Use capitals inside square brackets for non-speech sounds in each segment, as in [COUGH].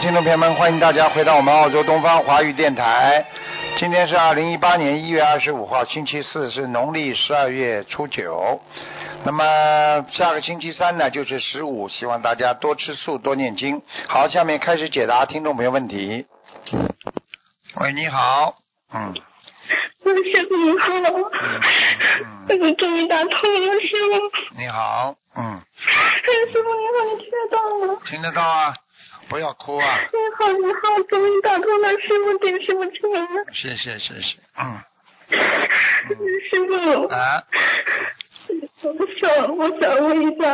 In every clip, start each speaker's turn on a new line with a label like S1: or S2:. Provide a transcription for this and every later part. S1: 听众朋友们，欢迎大家回到我们澳洲东方华语电台。今天是二零一八年一月二十五号，星期四，是农历十二月初九。那么下个星期三呢，就是十五，希望大家多吃素，多念经。好，下面开始解答听众朋友问题。喂，你好，嗯，
S2: [LAUGHS] 师傅你好，
S1: 嗯
S2: 师傅终于打通了，师傅，
S1: 你好，嗯，
S2: 师傅你好，你听得到吗？
S1: 听得到啊，不要哭啊，
S2: 你好，你好，终于打通了，师傅给师傅请安。
S1: 谢谢谢谢，嗯，
S2: 师傅，
S1: 啊，
S2: [LAUGHS] 我想我想问一下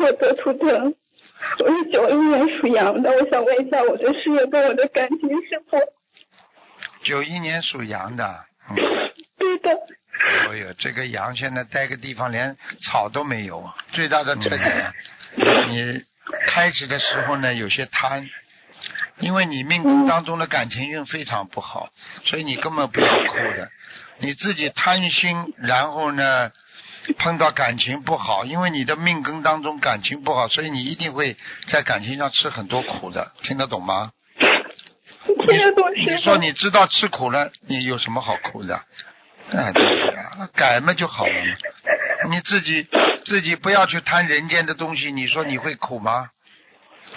S2: 我的图腾，我是九一年属羊的，我想问一下我的事业跟我的感情是否
S1: 九一年属羊的，嗯。
S2: 对的？
S1: 哎呦，这个羊现在待个地方连草都没有，啊最大的特点，
S2: 嗯
S1: 你
S2: [LAUGHS]
S1: 开始的时候呢有些贪，因为你命宫当中的感情运非常不好，所以你根本不要哭的，你自己贪心，然后呢碰到感情不好，因为你的命根当中感情不好，所以你一定会在感情上吃很多苦的，听得懂吗？
S2: 你听得懂
S1: 你
S2: 师
S1: 说
S2: 傅？
S1: 你知道吃苦了，你有什么好哭的？哎，对呀，改嘛就好了嘛。 [LAUGHS] 你自己自己不要去贪人间的东西，你说你会苦吗？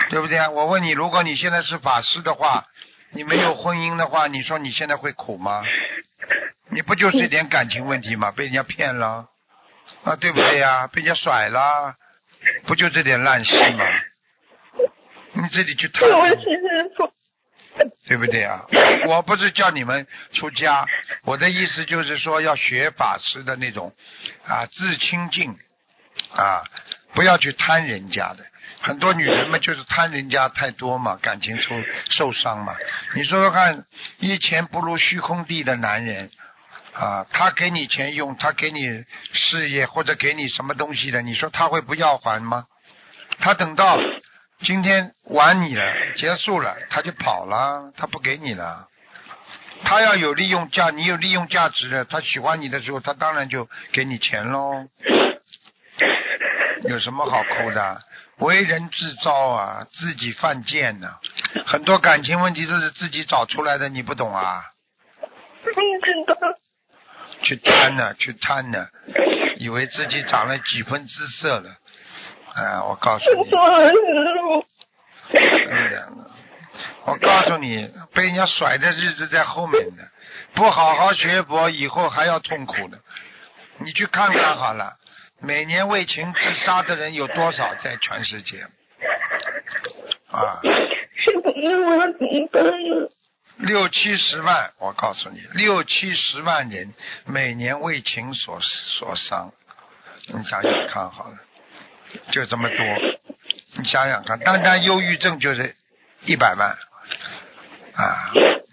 S1: 对不对啊？我问你，如果你现在是法师的话，你没有婚姻的话，你说你现在会苦吗？你不就是一点感情问题吗？被人家骗了，啊，对不对呀、被人家甩了，不就这点烂事吗？你自己去贪。
S2: 对，我是师傅。
S1: 对不对啊？我不是叫你们出家，我的意思就是说要学法师的那种啊，自清净啊，不要去贪人家的。很多女人们就是贪人家太多嘛，感情受受伤嘛。你说说看，一钱不如虚空地的男人啊，他给你钱用，他给你事业或者给你什么东西的，你说他会不要还吗？他等到今天玩你了，结束了，他就跑了，他不给你了。他要有利用价，你有利用价值的，他喜欢你的时候，他当然就给你钱喽。有什么好抠的？为人自招啊，自己犯贱呐、很多感情问题都是自己找出来的，你不懂啊？
S2: 嗯，知道。
S1: 去贪呢、去贪呢、以为自己长了几分姿色了。啊，我告诉
S2: 师
S1: 你
S2: 傅，，师傅。
S1: 真的，我告诉你，被人家甩的日子在后面的，不好好学佛，以后还要痛苦的。你去看看好了，每年为情自杀的人有多少在全世界？啊，
S2: 师傅，那我要怎么办呢？
S1: 六七十万，我告诉你，六七十万人每年为情所所伤，你想想看好了，就这么多，你想想看，单单忧郁症就是一百万啊！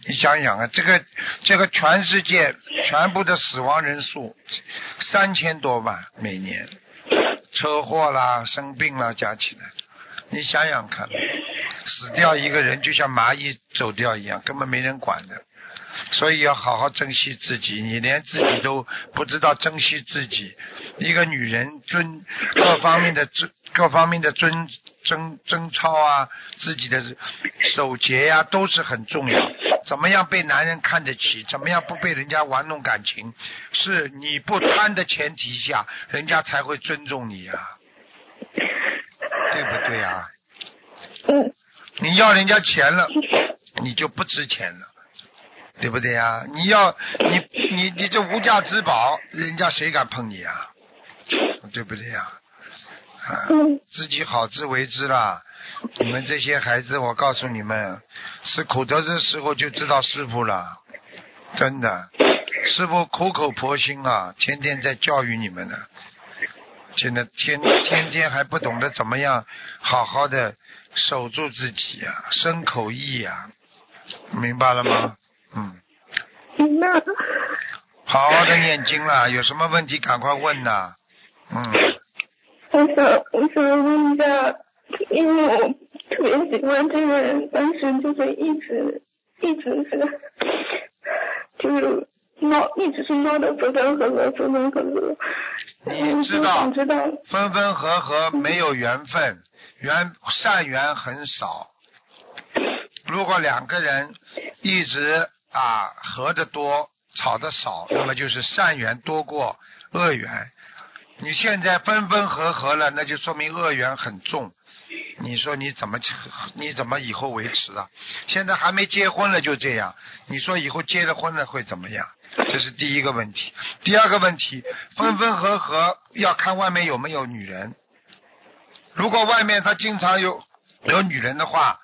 S1: 你想想啊，这个这个全世界全部的死亡人数三千多万每年，车祸啦、生病啦加起来，你想想看。死掉一个人就像蚂蚁走掉一样，根本没人管的。所以要好好珍惜自己，你连自己都不知道珍惜自己。一个女人尊各方面的尊各方面的尊贞贞操啊，自己的守节呀、都是很重要。怎么样被男人看得起，怎么样不被人家玩弄感情，是你不贪的前提下，人家才会尊重你呀、对不对啊？
S2: 嗯，
S1: 你要人家钱了，你就不值钱了，对不对呀、你要你你你这无价之宝，人家谁敢碰你啊？对不对呀、啊？
S2: 嗯
S1: 自己好自为之啦。你们这些孩子，我告诉你们，吃苦头的时候就知道师傅了，真的，师傅苦口婆心啊，天天在教育你们呢。啊现在天天天还不懂得怎么样好好的守住自己啊，身口意呀、明白了吗？嗯，
S2: 那
S1: 好好的念经啦，有什么问题赶快问呐。嗯，
S2: 我想我想问一下，因为我特别喜欢这个人，但是就是一直一直是就是闹，一直是闹得分分合合，分分合合。
S1: 你知道
S2: 我想知道，
S1: 分分合合没有缘分，缘善缘很少，如果两个人一直啊合得多，吵得少，那么就是善缘多过恶缘。你现在分分合合了，那就说明恶缘很重。你说你怎么你怎么以后维持啊？现在还没结婚了就这样，你说以后结了婚了会怎么样？这是第一个问题。第二个问题，分分合合要看外面有没有女人。如果外面他经常有有女人的话，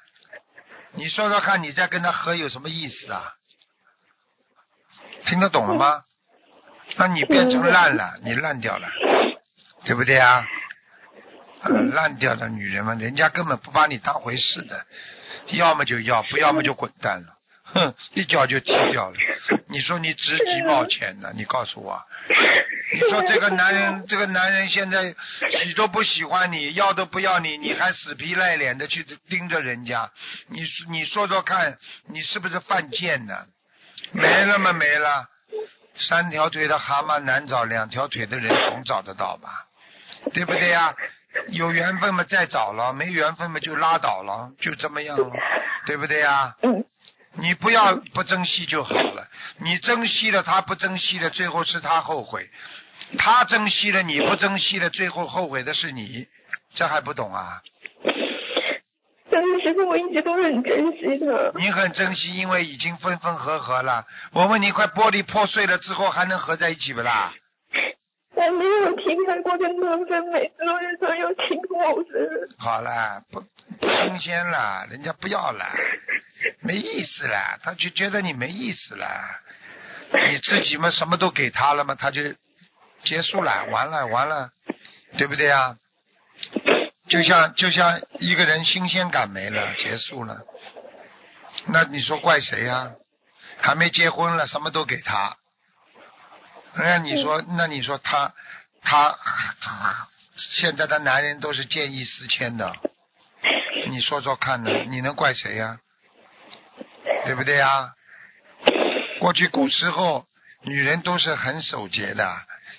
S1: 你说说看，你再跟他合有什么意思啊？听得懂了吗？那你变成烂了，你烂掉了，对不对啊？啊烂掉的女人嘛，人家根本不把你当回事的，要么就要，不要么就滚蛋了，哼，一脚就踢掉了。你说你值几毛钱呢？你告诉我，啊你说这个男人，这个男人现在喜都不喜欢你，要都不要你，你还死皮赖脸的去盯着人家，你你说说看，你是不是犯贱呢？没了吗？没了，三条腿的蛤蟆难找，两条腿的人总找得到吧？对不对呀、有缘分嘛再找了，没缘分嘛就拉倒了，就这么样了，对不对呀、
S2: 嗯
S1: 你不要不珍惜就好了，你珍惜了他不珍惜了，最后是他后悔；他珍惜了你不珍惜了，最后后悔的是你，这还不懂啊？
S2: 但是师傅，我一直都很珍惜的。
S1: 你很珍惜，因为已经分分合合了。我问你，块玻璃破碎了之后还能合在一起不啦？
S2: 但没有停开过的乐分，每次都是他要请我吃。
S1: 好了，不不新鲜了，人家不要了，没意思了，他就觉得你没意思了，你自己嘛什么都给他了嘛，他就结束了，完了完了，对不对啊？就像就像一个人新鲜感没了，结束了，那你说怪谁呀、还没结婚了，什么都给他，那你说那你说他他现在的男人都是见异思迁的，你说说看呢？你能怪谁啊呀、对不对呀、过去古时候，女人都是很守节的，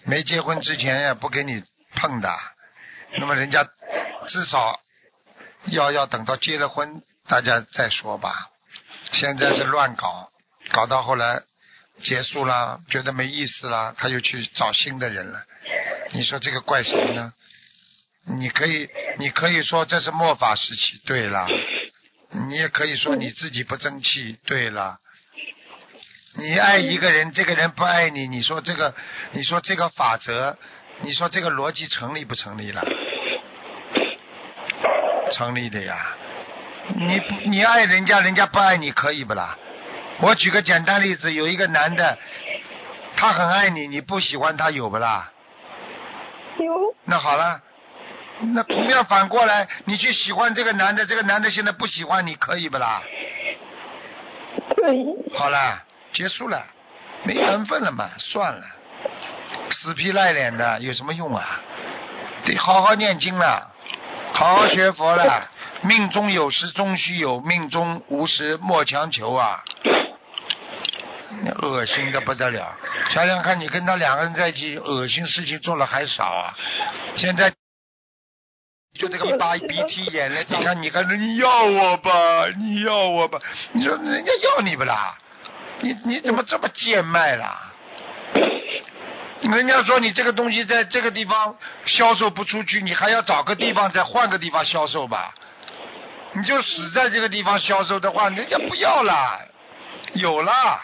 S1: 没结婚之前也不给你碰的。那么人家至少要要等到结了婚，大家再说吧。现在是乱搞，搞到后来结束了，觉得没意思了，他又去找新的人了。你说这个怪谁呢？你可以，你可以说这是末法时期，对了；你也可以说你自己不争气，对了。你爱一个人，这个人不爱你，你说这个，你说这个法则，你说这个逻辑成立不成立了？成立的呀。你不你爱人家，人家不爱你可以不啦？我举个简单例子，有一个男的，他很爱你，你不喜欢他有不啦？
S2: 有
S1: 那好了，那同样反过来，你去喜欢这个男的，这个男的现在不喜欢你，可以不啦？
S2: 可以，
S1: 好啦，结束了，没缘分了嘛，算了，死皮赖脸的有什么用啊？得好好念经了，好好学佛了。命中有时终须有，命中无时莫强求啊！恶心的不得了，想想看，你跟他两个人在一起，恶心事情做了还少啊！现在就这个把鼻涕眼泪，你看，你看，你要我吧，你要我吧，你说人家要你不啦？你你怎么这么贱卖啦？人家说你这个东西在这个地方销售不出去，你还要找个地方再换个地方销售吧？你就死在这个地方销售的话，人家不要啦，有啦，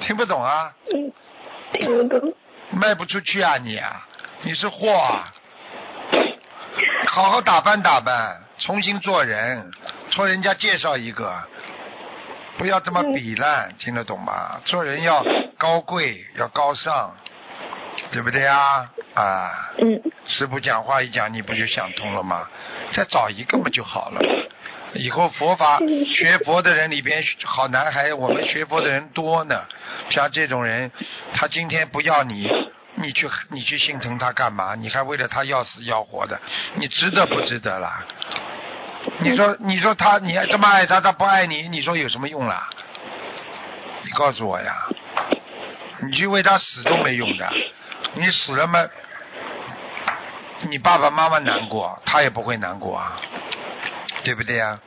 S1: 听不懂啊？
S2: 嗯，听得懂。
S1: 卖不出去啊你啊，你是货啊！好好打扮打扮，重新做人，托人家介绍一个，不要这么比烂，听得懂吗？做人要高贵，要高尚，对不对啊？啊，
S2: 嗯
S1: 师傅讲话一讲，你不就想通了吗？再找一个嘛就好了。以后佛法学佛的人里边，好男孩，我们学佛的人多呢。像这种人，他今天不要你，你去你去心疼他干嘛？你还为了他要死要活的，你值得不值得啦？你说你说他你还这么爱他，他不爱你，你说有什么用啦？你告诉我呀，你去为他死都没用的，你死了嘛，你爸爸妈妈难过，他也不会难过啊，对不对呀、
S2: 嗯
S1: 啊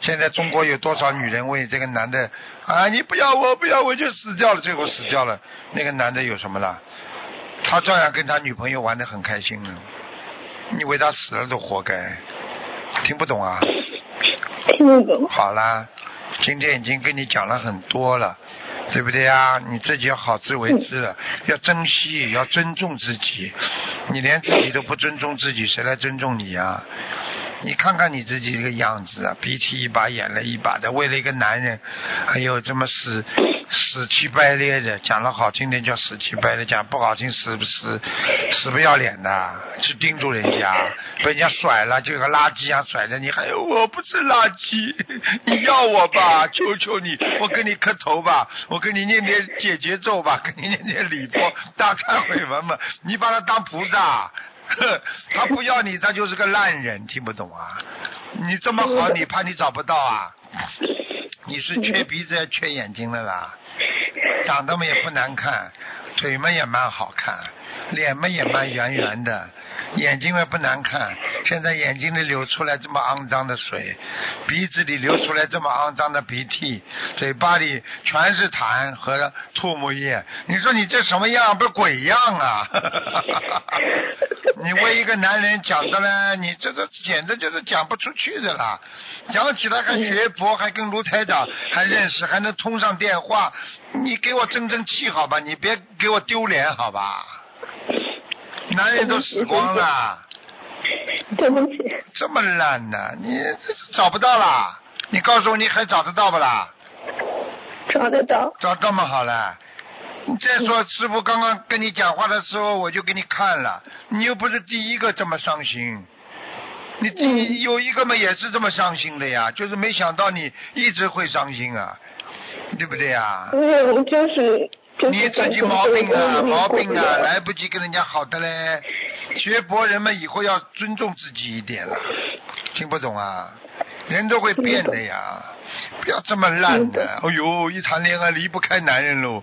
S1: 现在中国有多少女人为这个男的啊，你不要我，不要我就死掉了，最后死掉了，那个男的有什么啦？他照样跟他女朋友玩的很开心呢，你为他死了都活该，听不懂啊？
S2: 听得懂。
S1: 好啦，今天已经跟你讲了很多了，对不对啊？你自己要好自为之了，要珍惜，要尊重自己。你连自己都不尊重自己，谁来尊重你啊？你看看你自己这个样子啊，鼻涕一把眼泪一把的，为了一个男人，还有这么死死气白咧的，讲了好听点叫死气白咧，讲不好听死不死死不要脸的，去盯住人家，被人家甩了就有个垃圾一样甩着你，还有我不是垃圾， [LAUGHS] 你要我吧，求求你，我跟你磕头吧，我跟你念念解结咒吧， [LAUGHS] 跟你念念礼佛大忏悔文吧，你把他当菩萨。 [LAUGHS] 哼他不要你，他就是个烂人，听不懂啊！你这么好，你怕你找不到啊？你是缺鼻子还缺眼睛了啦？长得嘛也不难看，腿嘛也蛮好看，脸嘛也蛮圆圆的，眼睛嘛不难看。现在眼睛里流出来这么肮脏的水，鼻子里流出来这么肮脏的鼻涕，嘴巴里全是痰和吐沫液。你说你这什么样？不是鬼样啊！ [LAUGHS] 你为一个男人讲的呢，你这个简直就是讲不出去的啦。讲起来还学佛，还跟卢台长还认识，还能通上电话。你给我争争气好吧，你别给我丢脸好吧。男人都死光了，
S2: 对不起，
S1: 这么烂呢、你这是找不到啦。你告诉我，你还找得到不啦？
S2: 抓得到。
S1: 找这么好了。你再说，师傅刚刚跟你讲话的时候，我就给你看了，你又不是第一个这么伤心，你第有一个嘛也是这么伤心的呀，就是没想到你一直会伤心啊，对不对呀？
S2: 因为我就是就是
S1: 你自
S2: 感
S1: 己
S2: 觉
S1: 毛病啊，
S2: 就是
S1: 毛病
S2: 过不
S1: 啊，
S2: 了
S1: 来不及跟人家好的嘞。学佛人们以后要尊重自己一点了，啊听不懂啊？人都会变的呀，不要这么烂的。哎呦，一谈恋爱离不开男人喽。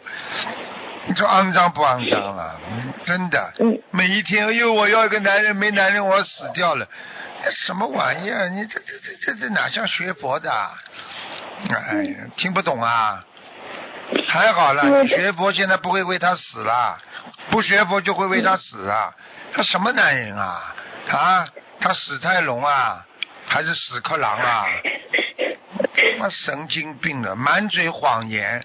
S1: 你说肮脏不肮脏啊？嗯真的，
S2: 嗯
S1: 每一天，哎呦，我要一个男人，没男人我要死掉了，哎什么玩意儿？你这这这这这哪像学佛的、啊？哎呀，听不懂啊！还好了，你学佛现在不会为他死了，不学佛就会为他死啊！他什么男人啊？啊，他史泰龙啊，还是屎壳郎啊？他妈神经病了，满嘴谎言，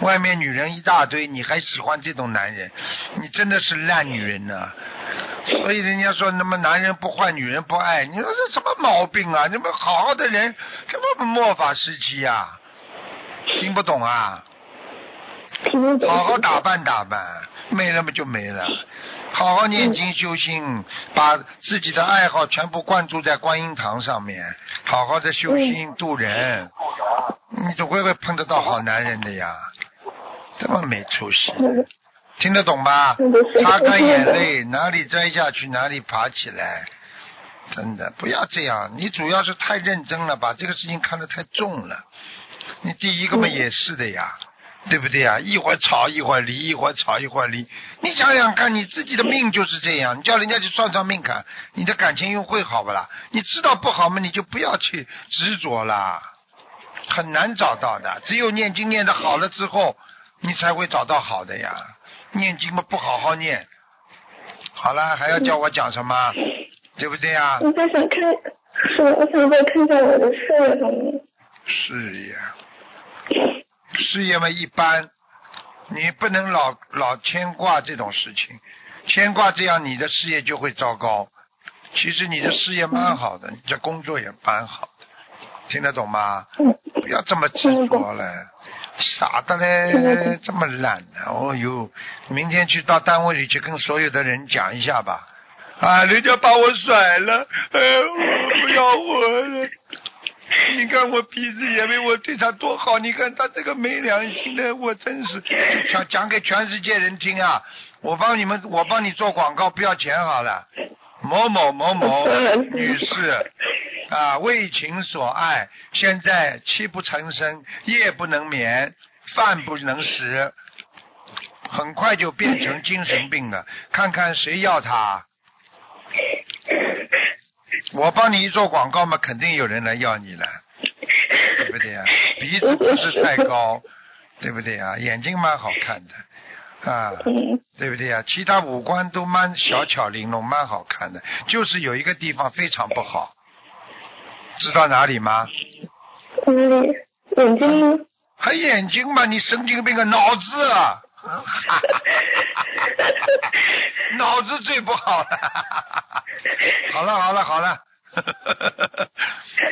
S1: 外面女人一大堆，你还喜欢这种男人？你真的是烂女人呐、所以人家说，那么男人不坏，女人不爱，你说这什么毛病啊？你们好好的人，这么末法时期呀、啊，听不懂啊？
S2: 听不懂。
S1: 好好打扮打扮，没了嘛就没了。好好念经修心，把自己的爱好全部灌注在观音堂上面，好好的修心度人，你总归会碰得到好男人的呀。这么没出息，
S2: 嗯
S1: 听得懂吧
S2: 嗯对？
S1: 擦干眼
S2: 我听得懂
S1: 泪，哪里栽下去哪里爬起来。真的不要这样，你主要是太认真了，把这个事情看得太重了。你第一个嘛
S2: 嗯
S1: 也是的呀，对不对呀？一会儿吵一会儿离，一会儿吵一会儿离。你想想看，你自己的命就是这样，你叫人家去算算命看，你的感情运会好不啦？你知道不好嘛，你就不要去执着啦，很难找到的。只有念经念得好了之后，你才会找到好的呀。念经嘛不好好念，好了还要叫我讲什么？对不对呀？
S2: 我在想看，是的我想再看看我的事业方面。
S1: 事业，事业嘛一般，你不能老老牵挂这种事情，牵挂这样你的事业就会糟糕。其实你的事业蛮好的，你这工作也蛮好的，听得懂吗？
S2: 嗯
S1: 不要这么执着了，傻的嘞，这么懒的、哦呦，明天去到单位里去跟所有的人讲一下吧。啊，人家把我甩了，哎，我不要活了。你看我鼻子也没我对他多好，你看他这个没良心的，我真是想讲给全世界人听啊！我帮你们，我帮你做广告，不要钱好了。某某某某女士，啊，为情所爱，现在泣不成声，夜不能眠，饭不能食，很快就变成精神病了。看看谁要她。我帮你一做广告嘛，肯定有人来要你了。不对
S2: [LAUGHS]
S1: 啊？鼻子不是太高，对不对啊？眼睛蛮好看的，啊，
S2: 嗯
S1: 对不对啊？其他五官都蛮小巧玲珑，蛮好看的，就是有一个地方非常不好，知道哪里吗？
S2: 哪里？眼睛呢？
S1: 还眼睛嘛，你神经病啊，脑子啊， [LAUGHS] 脑子最不好了。 [LAUGHS] 好了好了好了， [LAUGHS]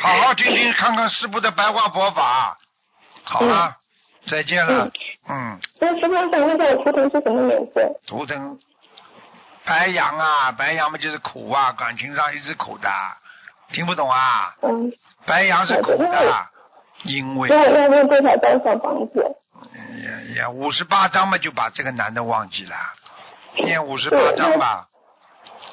S1: 好好听听看看师傅的白话佛法。好了，再见了。嗯，
S2: 那师傅我想问一下，我图腾是什么颜色？
S1: 图腾白羊啊，白羊嘛就是苦啊，感情上一直苦的，听不懂啊？
S2: 嗯，
S1: 白羊是苦的，啊因为
S2: 那我要念多少张小房子？
S1: 也也五十八章嘛，就把这个男的忘记了，啊念五十八章吧。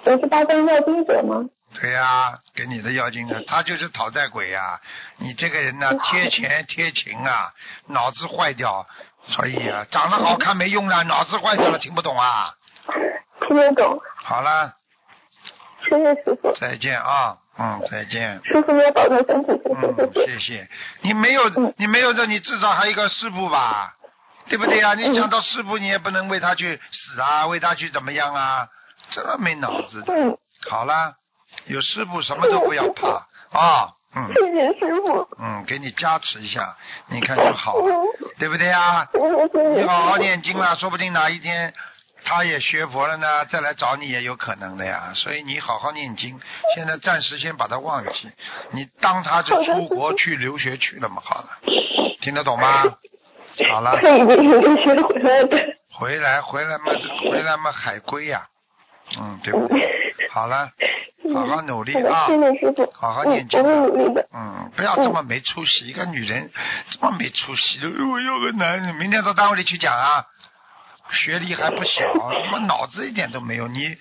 S2: 我是八张要经者吗？ [LAUGHS]
S1: 对呀、给你的妖精啊，他就是讨债鬼呀、你这个人呢、贴钱贴情啊，脑子坏掉，所以啊，长得好看没用的，脑子坏掉了，听不懂啊。
S2: 听得懂，
S1: 好了，
S2: 谢谢师傅，
S1: 再见啊，嗯，再见。
S2: 师傅要保重身体，谢谢
S1: 嗯
S2: 谢，谢。
S1: 谢谢。你没有
S2: 嗯，
S1: 你没有这，你至少还有一个师傅吧，对不对呀、啊
S2: 嗯
S1: 你想到师傅，你也不能为他去死啊，为他去怎么样啊？这个没脑子的。
S2: 嗯，
S1: 好啦，有师傅什么都不要怕啊，嗯
S2: 谢谢师傅，
S1: 嗯，给你加持一下，你看就好了，
S2: 嗯，
S1: 对不对啊？
S2: 谢谢
S1: 你
S2: 师
S1: 好好
S2: 傅。
S1: 念经啦，说不定哪一天他也学佛了呢，再来找你也有可能的呀。所以你好好念经，现在暂时先把他忘记，你当他是出国去留学去了嘛，好了，听得懂吗？好了，
S2: [LAUGHS] 他已经留学回来的，
S1: 回来回来嘛，回来嘛，海归呀、嗯，对不
S2: 嗯
S1: 对？好了，好好努力
S2: 好的
S1: 啊。
S2: 谢谢师傅，
S1: 好好念
S2: 嗯，
S1: 经
S2: 我
S1: 啊
S2: 会努力的。
S1: 嗯，不要这么没出息，一个女人这么没出息，我有个男人，明天到单位里去讲啊，学历还不小，他妈脑子一点都没有，你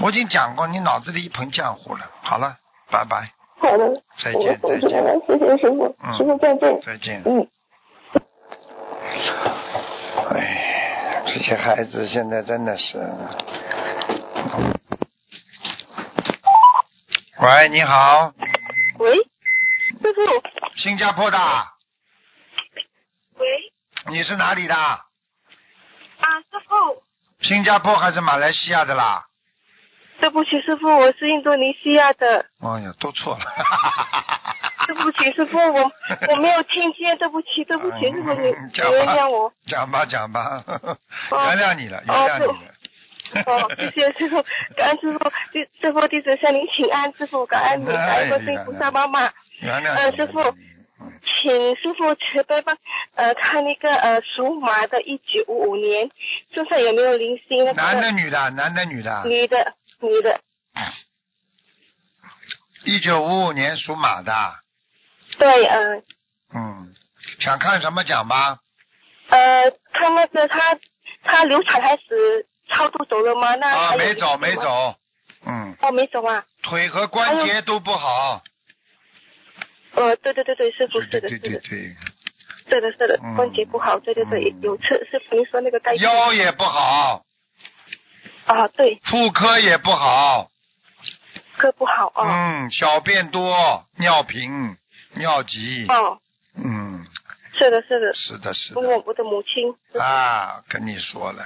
S1: 我已经讲过，你脑子里一盆浆糊了。好了，拜拜，
S2: 好的，
S1: 再
S2: 我
S1: 见，
S2: 我
S1: 再
S2: 知道
S1: 见，
S2: 了，谢谢师傅
S1: 嗯，
S2: 师傅再见。
S1: 再见。
S2: 嗯，
S1: 哎，这些孩子现在真的是。喂，你好，
S3: 喂，师傅，
S1: 新加坡的，
S3: 喂，
S1: 你是哪里的？
S3: 啊，师傅，
S1: 新加坡还是马来西亚的啦？
S3: 对不起，师傅，我是印度尼西亚的，
S1: 哎呀，都错了。 [LAUGHS]
S3: 对不起，师傅， [LAUGHS] 我我没有听见，对不起，对不起，师傅，你
S1: 嗯
S3: 你
S1: [LAUGHS] 讲吧
S3: 原谅我，
S1: 讲吧讲吧， [LAUGHS]
S3: 哦
S1: 原谅你了，原谅你了。
S3: 哦，谢谢师傅，感恩师傅，弟师傅弟子向您请安，师傅感恩您，感恩观世音菩萨妈妈，
S1: [LAUGHS] 原谅你了。
S3: 呃师傅
S1: 嗯，
S3: 请师傅慈悲帮呃看那个呃属马的，一九五五年身上有没有灵性？那
S1: 嗯男的
S3: 个
S1: 女的，男的女的，
S3: 女的，女的，
S1: 一九五五年属马的，
S3: 对，呃
S1: 嗯，想看什么讲吧？
S3: 呃，看那个她她流产开始超度走了吗？那
S1: 啊，
S3: 还有
S1: 没
S3: 什
S1: 走
S3: 么
S1: 没走，嗯，
S3: 哦，没走啊。
S1: 腿和关节都不好，
S3: 呃，对对对啊对，师傅
S1: 对对
S3: 是的，
S1: 对
S3: 是
S1: 对
S3: 的，
S1: 对，
S3: 对的，是的
S1: 嗯，
S3: 关节不好，对对对
S1: 嗯，
S3: 有次师傅您说那个带
S1: 腰也不好，
S3: 啊，对，
S1: 妇科也不好，
S3: 胳不好啊，
S1: 嗯，小便多，尿频，尿急，
S3: 哦，
S1: 嗯，
S3: 是的，是的，
S1: 是的是的。
S3: 我我的母亲，
S1: 啊，跟你说了，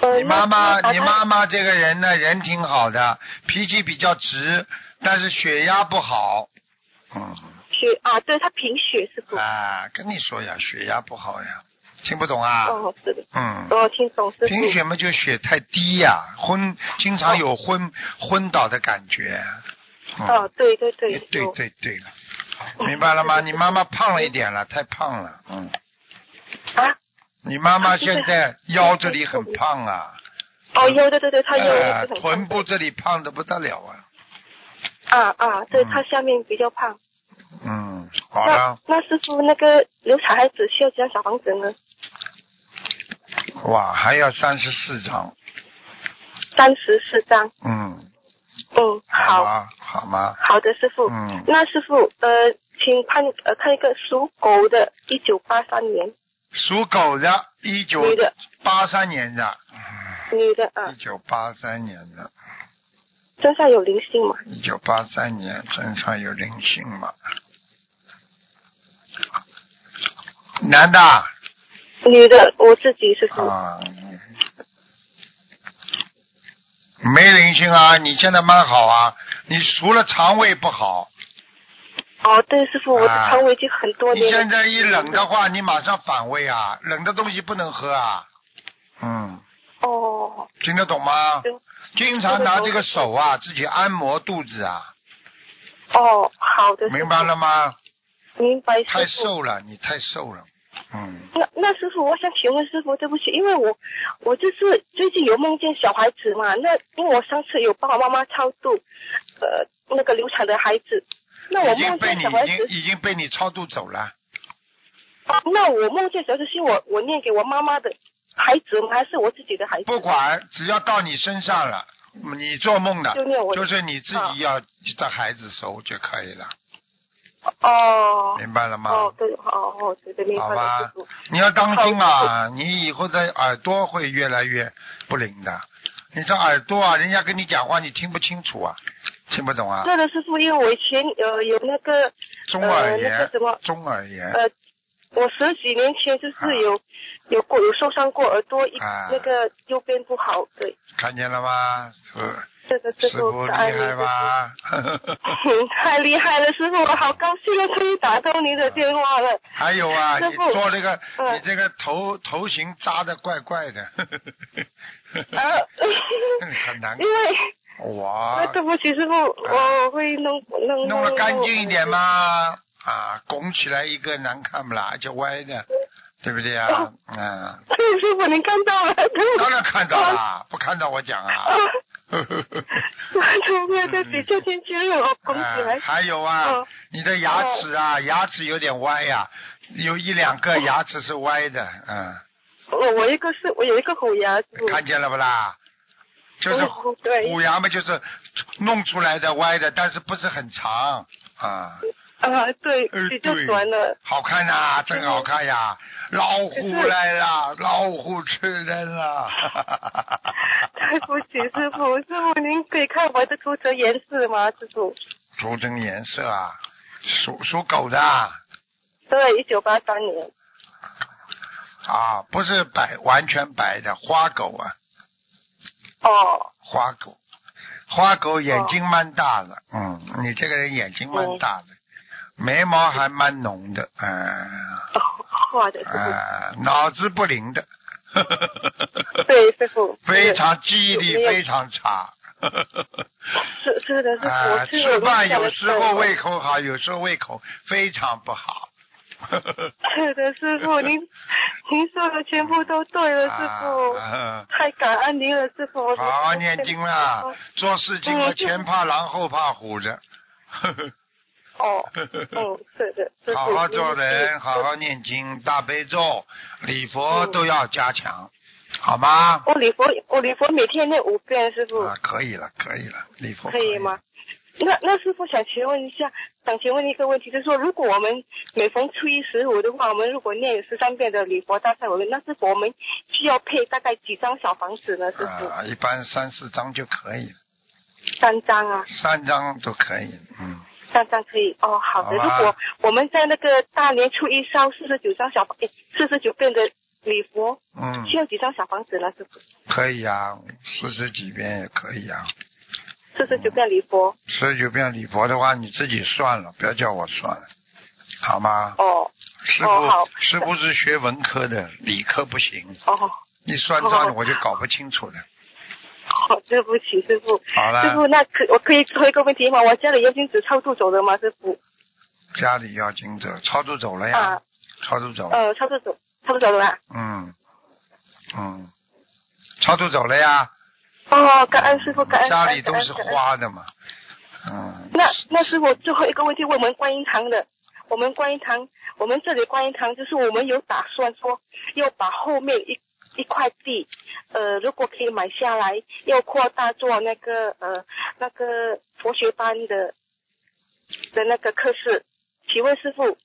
S3: 呃
S1: 啊你妈妈，
S3: 那
S1: 你妈妈这个人呢，人挺好的，脾气比较直，但是血压不好。嗯，
S3: 血啊，对她贫血，师傅，
S1: 啊，跟你说呀，血压不好呀，听不懂啊？
S3: 哦，是的，
S1: 嗯，
S3: 哦，听懂，师傅，
S1: 贫血嘛，就血太低呀，昏，经常有昏、昏倒的感觉。嗯、
S3: 哦，对对对，
S1: 对
S3: 有，
S1: 对对了，明白了
S3: [LAUGHS]
S1: 吗？你妈妈胖了一点了，太胖了，嗯。
S3: 啊，
S1: 你妈妈
S3: 啊对对
S1: 现在腰这里很胖啊，
S3: 哦，有，对对对，她有
S1: 哎
S3: 一直很
S1: 臀
S3: 胖
S1: 部这里胖的不得了啊。
S3: 啊啊，对
S1: 嗯
S3: 她下面比较胖，
S1: 嗯，好
S3: 那
S1: 了，
S3: 那师傅那个流产孩子需要几张小房子呢？
S1: 哇，还要三十四张，
S3: 三十四张，
S1: 嗯，
S3: 嗯，好。
S1: 吗？好吗？
S3: 好的，师傅。
S1: 嗯，
S3: 那师傅，呃，请看呃看一个属狗的，一九八三年
S1: 属狗的，一九
S3: 女的，
S1: 八三年的，
S3: 女的啊
S1: 一，九八三年的，
S3: 身上有灵性吗？
S1: 一九八三年身上有灵性嘛？男的啊
S3: 女的，我自己是属
S1: 啊，没灵性啊，你现在蛮好啊，你除了肠胃不好，
S3: 哦，对，师傅，我的
S1: 啊
S3: 肠胃已经很多
S1: 你
S3: 年了。
S1: 现在一冷的话，你马上反胃啊，冷的东西不能喝啊，嗯，
S3: 哦，
S1: 听得懂吗
S3: 行？
S1: 经常拿这个手啊，自己按摩肚子啊，
S3: 哦，好的，师傅
S1: 明白了，吗？
S3: 明白，
S1: 太
S3: 师傅。
S1: 瘦了，你太瘦了，嗯。
S3: 那那师傅，我想请问师傅，对不起，因为我我就是最近有梦见小孩子嘛，那因为我上次有帮我妈妈超度，呃，那个流产的孩子，那我
S1: 已经
S3: 梦
S1: 被
S3: 见
S1: 你
S3: 小孩
S1: 已
S3: 子
S1: 经已经被你超度走了，
S3: 哦那我梦见小孩子是我我念给我妈妈的孩子吗？还是我自己的孩子？
S1: 不管只要到你身上了，你做梦的
S3: 就，念我的啊
S1: 就是你自己要在孩子手就可以了，
S3: 哦
S1: 明白了吗？
S3: 哦对哦哦对对明白
S1: 好
S3: 了师
S1: 吧
S3: 傅，
S1: 你要当心啊，你以后的耳朵会越来越不灵的。你这耳朵啊，人家跟你讲话你听不清楚啊，听不懂啊，
S3: 对的师傅，因为我以前呃有那个
S1: 中耳
S3: 呃那
S1: 炎
S3: 个，什么
S1: 中耳炎，
S3: 呃，我十几年前就
S1: 啊
S3: 是有、有过有受伤过耳朵一、
S1: 啊
S3: 那个右边不好，对，
S1: 看见了吗？呃
S3: 这个师
S1: 师傅
S3: 傅
S1: 厉
S3: 感
S1: 害
S3: 恩您的
S1: 吧？
S3: 师傅？ [LAUGHS] 太厉害了，师傅，我好高兴啊，可以打通您的电话了。
S1: [LAUGHS] 还有啊，
S3: 师
S1: 你
S3: 傅
S1: 做这个，
S3: 嗯
S1: 你这个头头型扎的怪怪的，
S3: 呃，
S1: 很难
S3: 因。为、
S1: [LAUGHS] 哇，
S3: 对不起，师傅，
S1: 啊
S3: 我会弄弄
S1: 弄得干净一点？嘛，啊，拱起来一个难看不啦，而且歪的，对不对啊？
S3: 呃
S1: 嗯，
S3: 对， [LAUGHS] 师傅您看到了，对不
S1: 当
S3: 起。
S1: 然看到
S3: [LAUGHS]
S1: 啦，不看到我讲
S3: 啊
S1: 啊。，
S3: [LAUGHS] 对对对不起，这天气热，我拱起来
S1: 哎。还有啊
S3: 嗯，哦
S1: 你的牙齿啊，牙齿有点歪呀、有一两个牙齿是歪的，嗯，
S3: 我我一个是我有一个虎牙，师傅。
S1: 看见了不啦？就是
S3: 嗯哦对
S1: 虎牙嘛，就是弄出来的歪的，但是不是很长啊，
S3: 啊，对
S1: 呃，
S3: 比较
S1: 对
S3: 短了。嗯
S1: 好看呐、真好看呀、老虎来了，老虎吃人了， [LAUGHS] 哈哈哈哈哈
S3: [LAUGHS] 对不起，师傅，师傅您可以看我的图层颜色吗，师傅？
S1: 图腾颜色啊，属属狗的啊，
S3: 对，一九八三年。
S1: 啊不是白完全白的花狗啊，
S3: 哦，
S1: 花狗，花狗眼睛蛮大的，嗯，
S3: 哦
S1: 你这个人眼睛蛮大的，眉毛还蛮浓的，啊、
S3: 哦画的师傅， [LAUGHS]
S1: 啊、脑子不灵的， [LAUGHS]
S3: 对师傅，
S1: 非常记忆力
S3: 有没有
S1: 非常
S3: [LAUGHS]
S1: 差。
S3: 是是的，师傅，
S1: 啊，
S3: 我是
S1: 吃饭有时候胃
S3: 口。
S1: 口好，有时候胃口非常不好。
S3: 是的，师
S1: [LAUGHS]
S3: 傅，您您说的全部都对了，师傅，
S1: [LAUGHS] 啊
S3: 太感恩您了，师傅。我
S1: 嗯好好念经啦，做事情嘛，
S3: 嗯就是
S1: 前怕狼后怕虎 [LAUGHS] 的。
S3: 哦，嗯，是的，师傅。
S1: 好好做
S3: 您
S1: 人，
S3: 是
S1: 好好念经，大悲咒、礼佛都要加强，好吗？
S3: 我礼佛，我礼佛每天念五遍，师傅。
S1: 啊，可以了，可以了，礼佛
S3: 嗯可
S1: 以
S3: 以
S1: 了
S3: 吗？？那那师傅想请问一下，想请问一个问题，就是说，如果我们每逢初一十五的话，我们如果念十三遍的礼佛大忏悔文，那师傅我们需要配大概几张小房子呢？师傅，
S1: 啊，一般三四张就可以了，
S3: 三张啊，
S1: 三张都可以，嗯，
S3: 三张可以。哦，好的。
S1: 好吧
S3: 如果我们在那个大年初一烧四十九张小房，四十九遍的礼佛，
S1: 嗯。
S3: 需要几张小房子呢？师傅，
S1: 可以啊，四十几遍也可以啊。
S3: 四十九遍礼佛。
S1: 四十九遍礼佛的话，你自己算了，不要叫我算了，好吗？
S3: 哦
S1: 师傅、
S3: 哦好
S1: 师傅是学文科的，理科不行，
S3: 哦，
S1: 一算账
S3: 哦
S1: 我就搞不清楚了。
S3: 好、对不起，师傅。
S1: 好
S3: 师
S1: 了，
S3: 傅，那可我可以说一个问题吗？我家里烟精子超度走的吗？师傅？
S1: 家里要经者超度走了哎呀，
S3: 啊，
S1: 超度走了，
S3: 呃，超度走，超度走了啊。
S1: 嗯嗯，超度走了呀。
S3: 哦，感恩师傅，感恩。
S1: 家里都是
S3: 感恩。感恩
S1: 花的嘛，嗯，
S3: 嗯那那师傅最后一个问题，问我们观音堂的，我们观音堂，我们这里观音堂就是我们有打算说要把后面一一块地，呃，如果可以买下来，要扩大做那个呃那个佛学班的的那个课室，请问师傅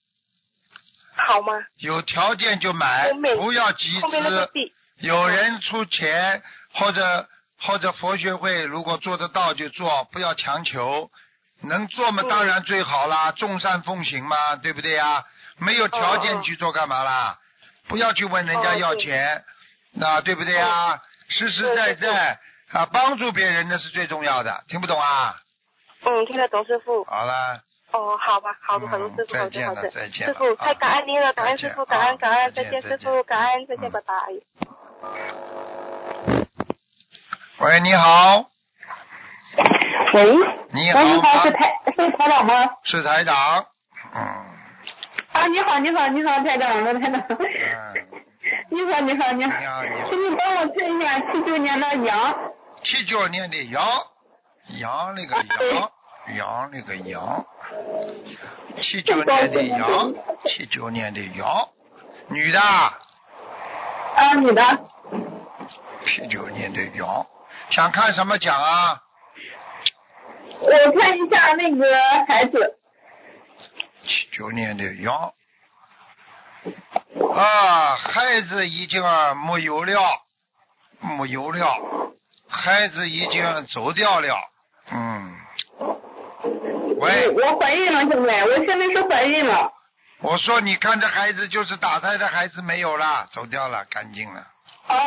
S3: 好吗？
S1: 有条件就买，
S3: 后面
S1: 不要集
S3: 后面那个
S1: 资。
S3: 地
S1: 有人出钱或者或者佛学会，如果做得到就做，不要强求。能做嘛，
S3: 嗯
S1: 当然最好啦，众善奉行嘛，对不对呀？没有条件去做干嘛啦？不要去问人家要钱，那对不对啊？实实在在啊，帮助别人那是最重要的，听不懂啊？
S3: 嗯，听得懂师傅。
S1: 好了，
S3: 哦，好吧，好的，
S1: 嗯
S3: 好的，师傅，好
S1: 再
S3: 的，
S1: 见
S3: 好
S1: 了
S3: 的，
S1: 再见
S3: 师
S1: 了
S3: 傅，
S1: 啊
S3: 太感恩您了，感恩
S1: 再
S3: 师
S1: 见
S3: 傅，感恩
S1: 啊
S3: 感恩，
S1: 再
S3: 再
S1: 见
S3: 见
S1: 再
S3: 师
S1: 见
S3: 傅，感恩再见，
S1: 嗯
S3: 拜拜。
S1: 喂，你好，
S4: 喂，
S1: 你好啊
S4: 喂，你好，是
S1: 吗，
S4: 台是台长吗？
S1: 是台长，嗯
S4: 啊，你好，你好，你好，台长，我台长。
S1: 嗯，
S4: [LAUGHS] 你好，你好，你好
S1: 你好你好，
S4: 请你帮我看一下七九年的羊，
S1: 七九年的羊，羊那个羊，羊那个羊，七九年的羊，七九年的羊，女的，
S4: 啊，女的，
S1: 七九年的羊，想看什么奖啊？
S4: 我看一下那个孩子，
S1: 七九年的羊，啊，孩子已经啊没有了，没有了，孩子已经走掉了，嗯，喂。
S4: 我怀孕了，现在，我现在是怀孕了，
S1: 我说你看这孩子就是打胎的孩子没有了，走掉了，干净 [LAUGHS] 了。
S4: 啊，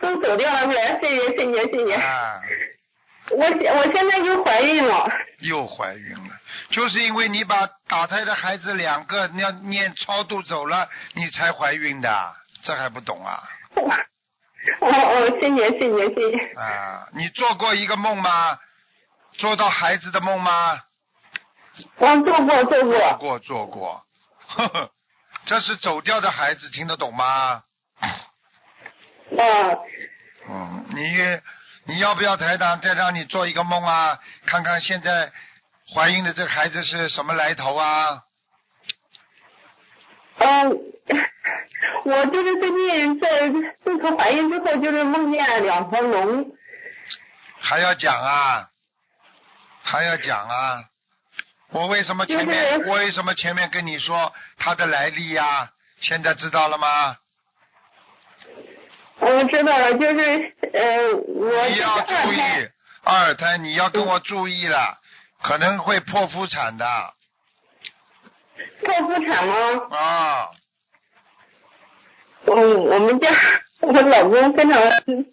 S4: 都走掉了，是吧？谢谢，谢谢，谢谢。
S1: 啊，
S4: 我现我现在就怀孕了， [LAUGHS]
S1: 又怀孕了，就是因为你把打胎的孩子两个要念超度走了，你才怀孕的，这还不懂啊？
S4: 哦哦，谢谢，谢谢，谢谢。
S1: 啊，你做过一个梦吗？做到孩子的梦吗？嗯
S4: 我啊做过，做
S1: 做
S4: 过，
S1: 过，做过。 [LAUGHS] 呵呵，这是走掉的孩子，听得懂吗？
S4: 嗯。
S1: 嗯，你你要不要台长再让你做一个梦啊？看看现在怀孕的这个孩子是什么来头啊？
S4: 嗯，我就是最近在自从怀孕之后，就是梦见两条龙。
S1: 还要讲啊？还要讲啊？我为什么前面、
S4: 就是
S1: 我为什么前面跟你说它的来历呀、现在知道了吗？
S4: 我知道了，就是呃，我
S1: 你
S4: 是
S1: 要
S4: 二
S1: 注
S4: 胎
S1: 意，二胎你要跟我注意了，可能会剖腹产的啊、
S4: 剖腹产吗？
S1: 啊
S4: 嗯，我们家我老公非常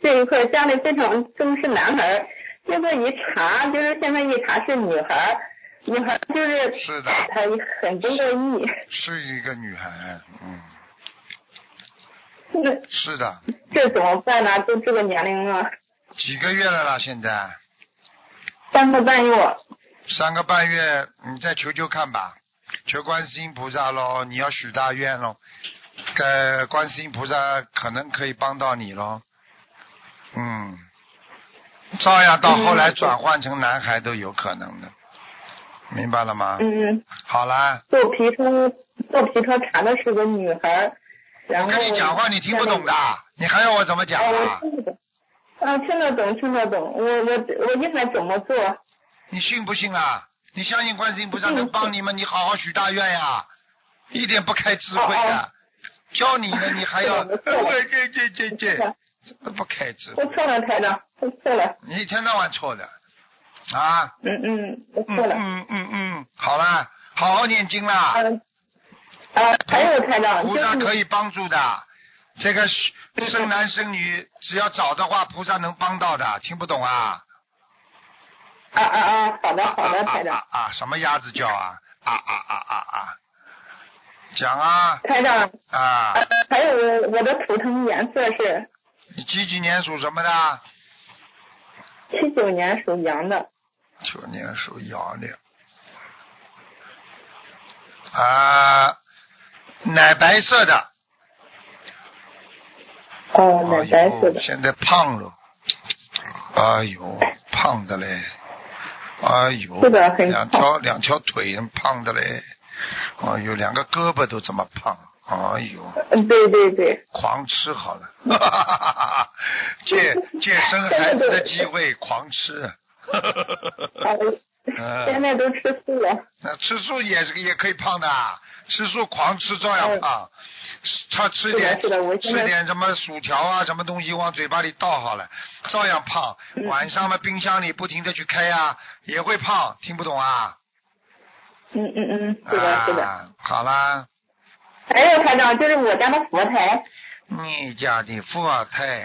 S4: 这一块家里非常重视男孩儿，结果一查就是现在一查是女孩儿，女孩儿就是
S1: 是的
S4: 他很不乐意。 [LAUGHS]
S1: 是一个女孩，嗯，
S4: 那
S1: 是的，
S4: 这怎么办呢？就这个年龄了，
S1: 几个月了啦，现在。
S4: 三个半月。
S1: 三个半月，你再求求看吧，求观世音菩萨喽，你要许大愿喽，呃，观世音菩萨可能可以帮到你喽，嗯，照样到后来转换成男孩都有可能的，明白了吗？
S4: 嗯。
S1: 好啦，
S4: 做皮超做皮超查的是个女孩儿，然
S1: 我
S4: 后
S1: 跟你讲话你听不懂的，你还要我怎么讲
S4: 哦，
S1: 啊
S4: 我？听得懂，啊，听得懂，听得懂，我我我应该怎么做？
S1: 你信不信啊？你相信观世音菩萨能帮你吗？你好好许大愿呀，一点不开智慧
S4: 哦
S1: 的，教你呢，你还要
S4: 是的我错了
S1: 这这这 [LAUGHS] 这，这不开智慧
S4: 我，错了，台长，我错了，
S1: 你一天到晚错的啊！
S4: 嗯嗯，我
S1: 嗯
S4: 错了，
S1: 嗯嗯嗯，好啦，好好念经啦，
S4: 嗯，啊，还有台长，就
S1: 菩萨
S4: 是
S1: 可以帮助的。这个
S4: 嗯
S1: 生男生女，只要找的话，菩萨能帮到的。听不懂啊？
S4: 啊啊啊，好的
S1: 啊
S4: 好的，台
S1: 啊
S4: 长，
S1: 啊啊！什么鸭子叫啊？啊啊啊啊啊！讲啊
S4: 台长，
S1: 啊！
S4: 啊还有我我的图腾颜色是
S1: 你几几年属什么的？
S4: 七九年属羊的，
S1: 九年属羊的。啊，奶白色的。
S4: 哦，啊奶白
S1: 哎
S4: 色
S1: 呦
S4: 的，
S1: 现在胖了。哎呦，胖的嘞。哎呦。
S4: 是的很
S1: 两条两条腿胖的嘞。哎呦，两个胳膊都这么胖。哎呦，
S4: 嗯，对对对，
S1: 狂吃好了， [LAUGHS] 借借生孩子的机会狂
S4: [LAUGHS]
S1: 吃。 [LAUGHS]
S4: 啊，
S1: 嗯
S4: 现在都吃素了。
S1: 那吃素也是也可以胖的啊，吃素狂吃照样胖，他吃点
S4: 嗯是的是的我现在
S1: 吃点什么薯条啊，什么东西往嘴巴里倒好了，照样胖。
S4: 嗯
S1: 晚上嘛，冰箱里不停的去开啊，也会胖，听不懂啊？
S4: 嗯嗯嗯，是的，是的。
S1: 啊，好啦，
S4: 还有台长，就是我家的佛台，
S1: 你家的佛太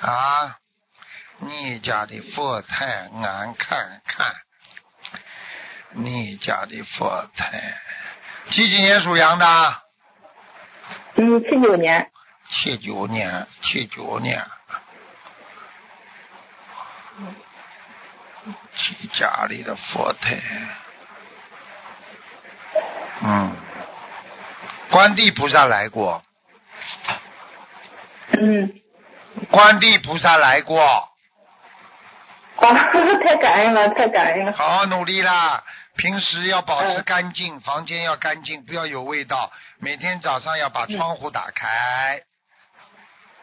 S1: 啊，你家的佛太俺看看，你家的佛太几几年属羊的啊？
S4: 嗯，七九年，
S1: 七九年，七九年，七家里的佛台，嗯，观地菩萨来过，
S4: 嗯，
S1: 观地菩萨来过，
S4: 哦， [LAUGHS] 太感恩了，太感恩了，
S1: 好好努力啦！平时要保持
S4: 嗯
S1: 干净，房间要干净，不要有味道。每天早上要把窗户打开，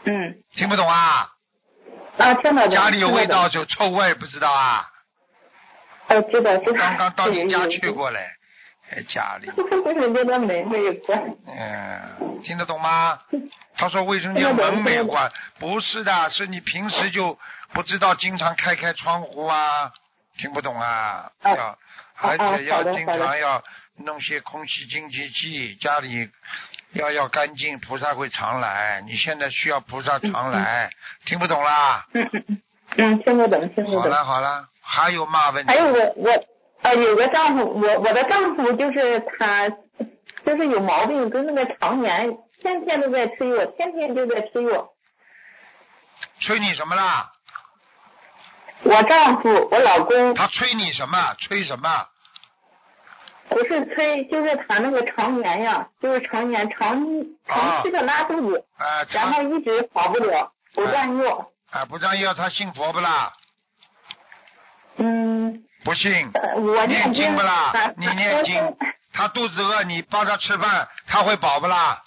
S4: 嗯，
S1: 听不懂啊？
S4: 啊，听到的
S1: 家里有味道
S4: 听
S1: 就臭味，不知道啊？
S4: 到的哦，知道知道，
S1: 刚刚到你家去
S4: 有， [LAUGHS]
S1: 过嘞，在家里。
S4: 就是那边门会有关，
S1: 嗯，听得懂吗？他说卫生间门没关，不是的，是你平时就不知道，经常开开窗户啊，听不懂啊，
S4: 哦
S1: 要而且要
S4: 好的
S1: 经
S4: 好
S1: 常
S4: 的
S1: 要弄些空气净化器，家里要要干净，菩萨会常来。你现在需要菩萨常来，听不懂啦？
S4: 嗯嗯嗯嗯，听得懂，听得
S1: 好
S4: 懂。
S1: 了好了，还有嘛问题
S4: 还？有我我呃有个丈夫，我我的丈夫就是他就是有毛病，跟那个常年天天都在吃药，天天就在吃药。
S1: 催你什么啦？
S4: 我丈夫我老公
S1: 他催你什么？催什么？
S4: 不是催，就是他那个常年呀，就是常年长长期的拉肚子，
S1: 啊、
S4: 然
S1: 他
S4: 后一直好不了，不断药。
S1: 啊，不然要他信佛不啦？
S4: 嗯，
S1: 不信。
S4: 呃我
S1: 念经
S4: 经
S1: 不啦
S4: 啊
S1: 你念经
S4: [LAUGHS] 我
S1: 他肚子饿，你帮他吃饭，他会饱不啦？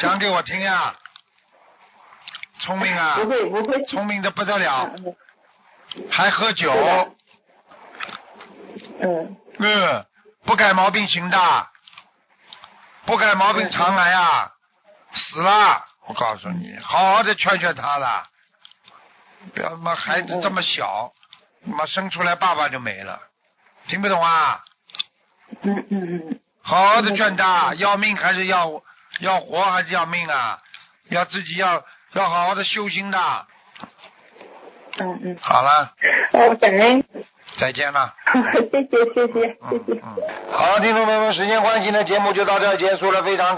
S1: 讲给我听呀、聪明啊，
S4: 不会不会。
S1: 聪明的不得了，
S4: 嗯
S1: 还喝酒，
S4: 是的嗯，
S1: 嗯，不改毛病行的，不改毛病常来啊，死了！我告诉你，好好的劝劝他啦，不要他妈孩
S4: 嗯
S1: 子这么小，他妈生出来爸爸就没了，听不懂啊？
S4: 嗯嗯嗯，
S1: 好好的劝他，要命还是要要活还是要命啊？要自己要要好好的修心的。
S4: 嗯嗯，
S1: 好了，
S4: 哦，感恩，
S1: 再见了。
S4: [LAUGHS] 谢谢谢谢谢
S1: 嗯
S4: 谢。嗯
S1: 嗯。好，听众朋友们，时间关系呢，节目就到这儿结束了，非常。